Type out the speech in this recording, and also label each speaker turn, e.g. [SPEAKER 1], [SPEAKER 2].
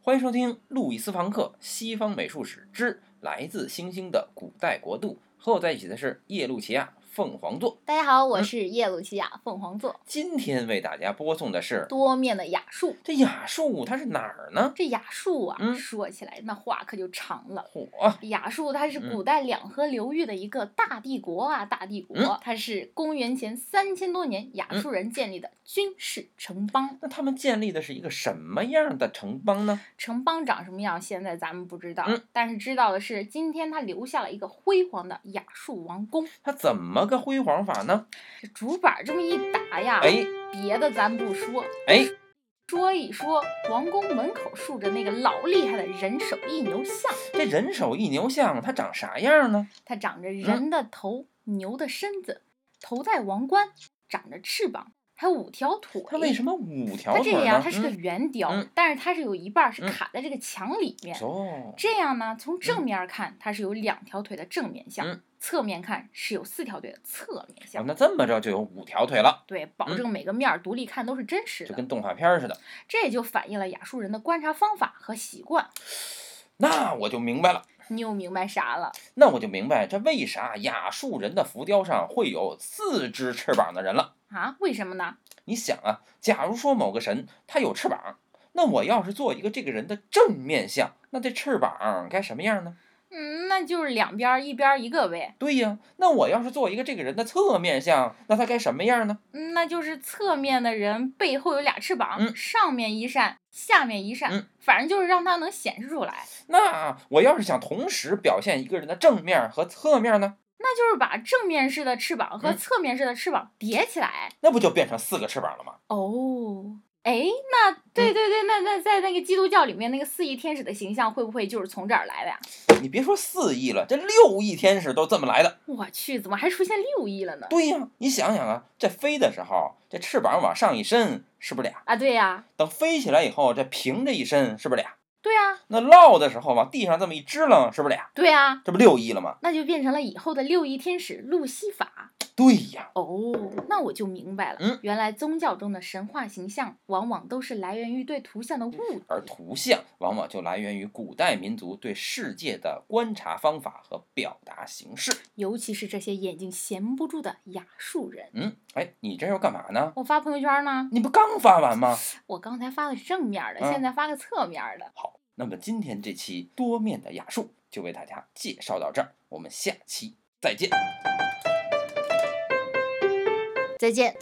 [SPEAKER 1] 欢迎收听《路易斯·房克：西方美术史之来自星星的古代国度》。和我在一起的是耶路齐亚凤凰座。
[SPEAKER 2] 大家好，
[SPEAKER 1] 嗯
[SPEAKER 2] 我是耶鲁西亚凤凰座，
[SPEAKER 1] 今天为大家播送的是
[SPEAKER 2] 多面的雅树。
[SPEAKER 1] 这雅树，它是哪儿呢？
[SPEAKER 2] 这雅树啊，
[SPEAKER 1] 嗯
[SPEAKER 2] 说起来那话可就长了。
[SPEAKER 1] 火
[SPEAKER 2] 雅树它
[SPEAKER 1] 嗯
[SPEAKER 2] 是古代两河流域的一个大帝国啊，大帝国，
[SPEAKER 1] 嗯
[SPEAKER 2] 它是公元前三千多年雅
[SPEAKER 1] 嗯
[SPEAKER 2] 树人建立的军事城邦。
[SPEAKER 1] 那他们建立的是一个什么样的城邦呢？
[SPEAKER 2] 城邦长什么样，现在咱们不知道，
[SPEAKER 1] 嗯
[SPEAKER 2] 但是知道的是，今天它留下了一个辉煌的雅树王宫。
[SPEAKER 1] 它怎么个辉煌法呢？
[SPEAKER 2] 这竹板这么一打呀，
[SPEAKER 1] 哎
[SPEAKER 2] 别的咱不说，
[SPEAKER 1] 哎，
[SPEAKER 2] 说一说王宫门口竖着那个老厉害的人手一牛像，
[SPEAKER 1] 这人手一牛像，它长啥样呢？
[SPEAKER 2] 它长
[SPEAKER 1] 嗯
[SPEAKER 2] 着人的头、牛的身子，头戴王冠，长着翅膀，还有五条腿。
[SPEAKER 1] 它为什么五条
[SPEAKER 2] 它
[SPEAKER 1] 腿
[SPEAKER 2] 这个
[SPEAKER 1] 呢
[SPEAKER 2] 呀，？它是个
[SPEAKER 1] 嗯
[SPEAKER 2] 圆雕，
[SPEAKER 1] 嗯
[SPEAKER 2] 但是它是有一半是
[SPEAKER 1] 嗯
[SPEAKER 2] 卡在这个墙里面。
[SPEAKER 1] 哦，
[SPEAKER 2] 这样呢，从正面看，它是有两条腿的正面像；
[SPEAKER 1] 嗯
[SPEAKER 2] 侧面看是有四条腿的侧面
[SPEAKER 1] 哦
[SPEAKER 2] 像。
[SPEAKER 1] 那这么着就有五条腿了，
[SPEAKER 2] 对，保证每个面儿独立看都是真实
[SPEAKER 1] 就
[SPEAKER 2] 的。
[SPEAKER 1] 跟动画片儿似的。
[SPEAKER 2] 这也就反映了亚述人的观察方法和习惯。
[SPEAKER 1] 那我就明白了。
[SPEAKER 2] 你又明白啥了？
[SPEAKER 1] 那我就明白这为啥亚述人的浮雕上会有四只翅膀的人了。
[SPEAKER 2] 啊？为什么呢？
[SPEAKER 1] 你想啊，假如说某个神他有翅膀，那我要是做一个这个人的正面像，那这翅膀该什么样呢？
[SPEAKER 2] 嗯，那就是两边儿一边儿一个呗。
[SPEAKER 1] 对呀，那我要是做一个这个人的侧面像，那他该什么样呢？
[SPEAKER 2] 嗯，那就是侧面的人背后有俩翅膀，
[SPEAKER 1] 嗯
[SPEAKER 2] 上面一扇，下面一扇，
[SPEAKER 1] 嗯
[SPEAKER 2] 反正就是让它能显示出来。
[SPEAKER 1] 那我要是想同时表现一个人的正面和侧面呢，
[SPEAKER 2] 那就是把正面式的翅膀和
[SPEAKER 1] 嗯
[SPEAKER 2] 侧面式的翅膀叠起来。
[SPEAKER 1] 那不就变成四个翅膀了吗？
[SPEAKER 2] 哦，哎，那
[SPEAKER 1] 嗯
[SPEAKER 2] 对对对，那那在那个基督教里面那个四翼天使的形象会不会就是从这儿来的呀？
[SPEAKER 1] 你别说四翼了，这六翼天使都这么来的。
[SPEAKER 2] 我去，怎么还出现六翼了呢？
[SPEAKER 1] 对呀，你想想啊，这飞的时候，这翅膀往上一伸，是不是俩？
[SPEAKER 2] 啊，对呀、
[SPEAKER 1] 等飞起来以后，这平着一伸，是不是俩？
[SPEAKER 2] 对呀、
[SPEAKER 1] 那落的时候往地上这么一支棱，是不是俩？
[SPEAKER 2] 对呀、
[SPEAKER 1] 这不六翼了吗？
[SPEAKER 2] 那就变成了以后的六翼天使路西法。
[SPEAKER 1] 对呀，
[SPEAKER 2] 哦，那我就明白了。
[SPEAKER 1] 嗯
[SPEAKER 2] 原来宗教中的神话形象往往都是来源于对图像的误导。
[SPEAKER 1] 而图像往往就来源于古代民族对世界的观察方法和表达形式。
[SPEAKER 2] 尤其是这些眼睛闲不住的亚述人。
[SPEAKER 1] 嗯，哎，你这要干嘛呢？
[SPEAKER 2] 我发朋友圈呢，
[SPEAKER 1] 你不刚发完吗？
[SPEAKER 2] 我刚才发的是正面儿的，
[SPEAKER 1] 嗯
[SPEAKER 2] 现在发个侧面儿的。
[SPEAKER 1] 好，那么今天这期多面的雅术就为大家介绍到这儿，我们下期再见。
[SPEAKER 2] 再见。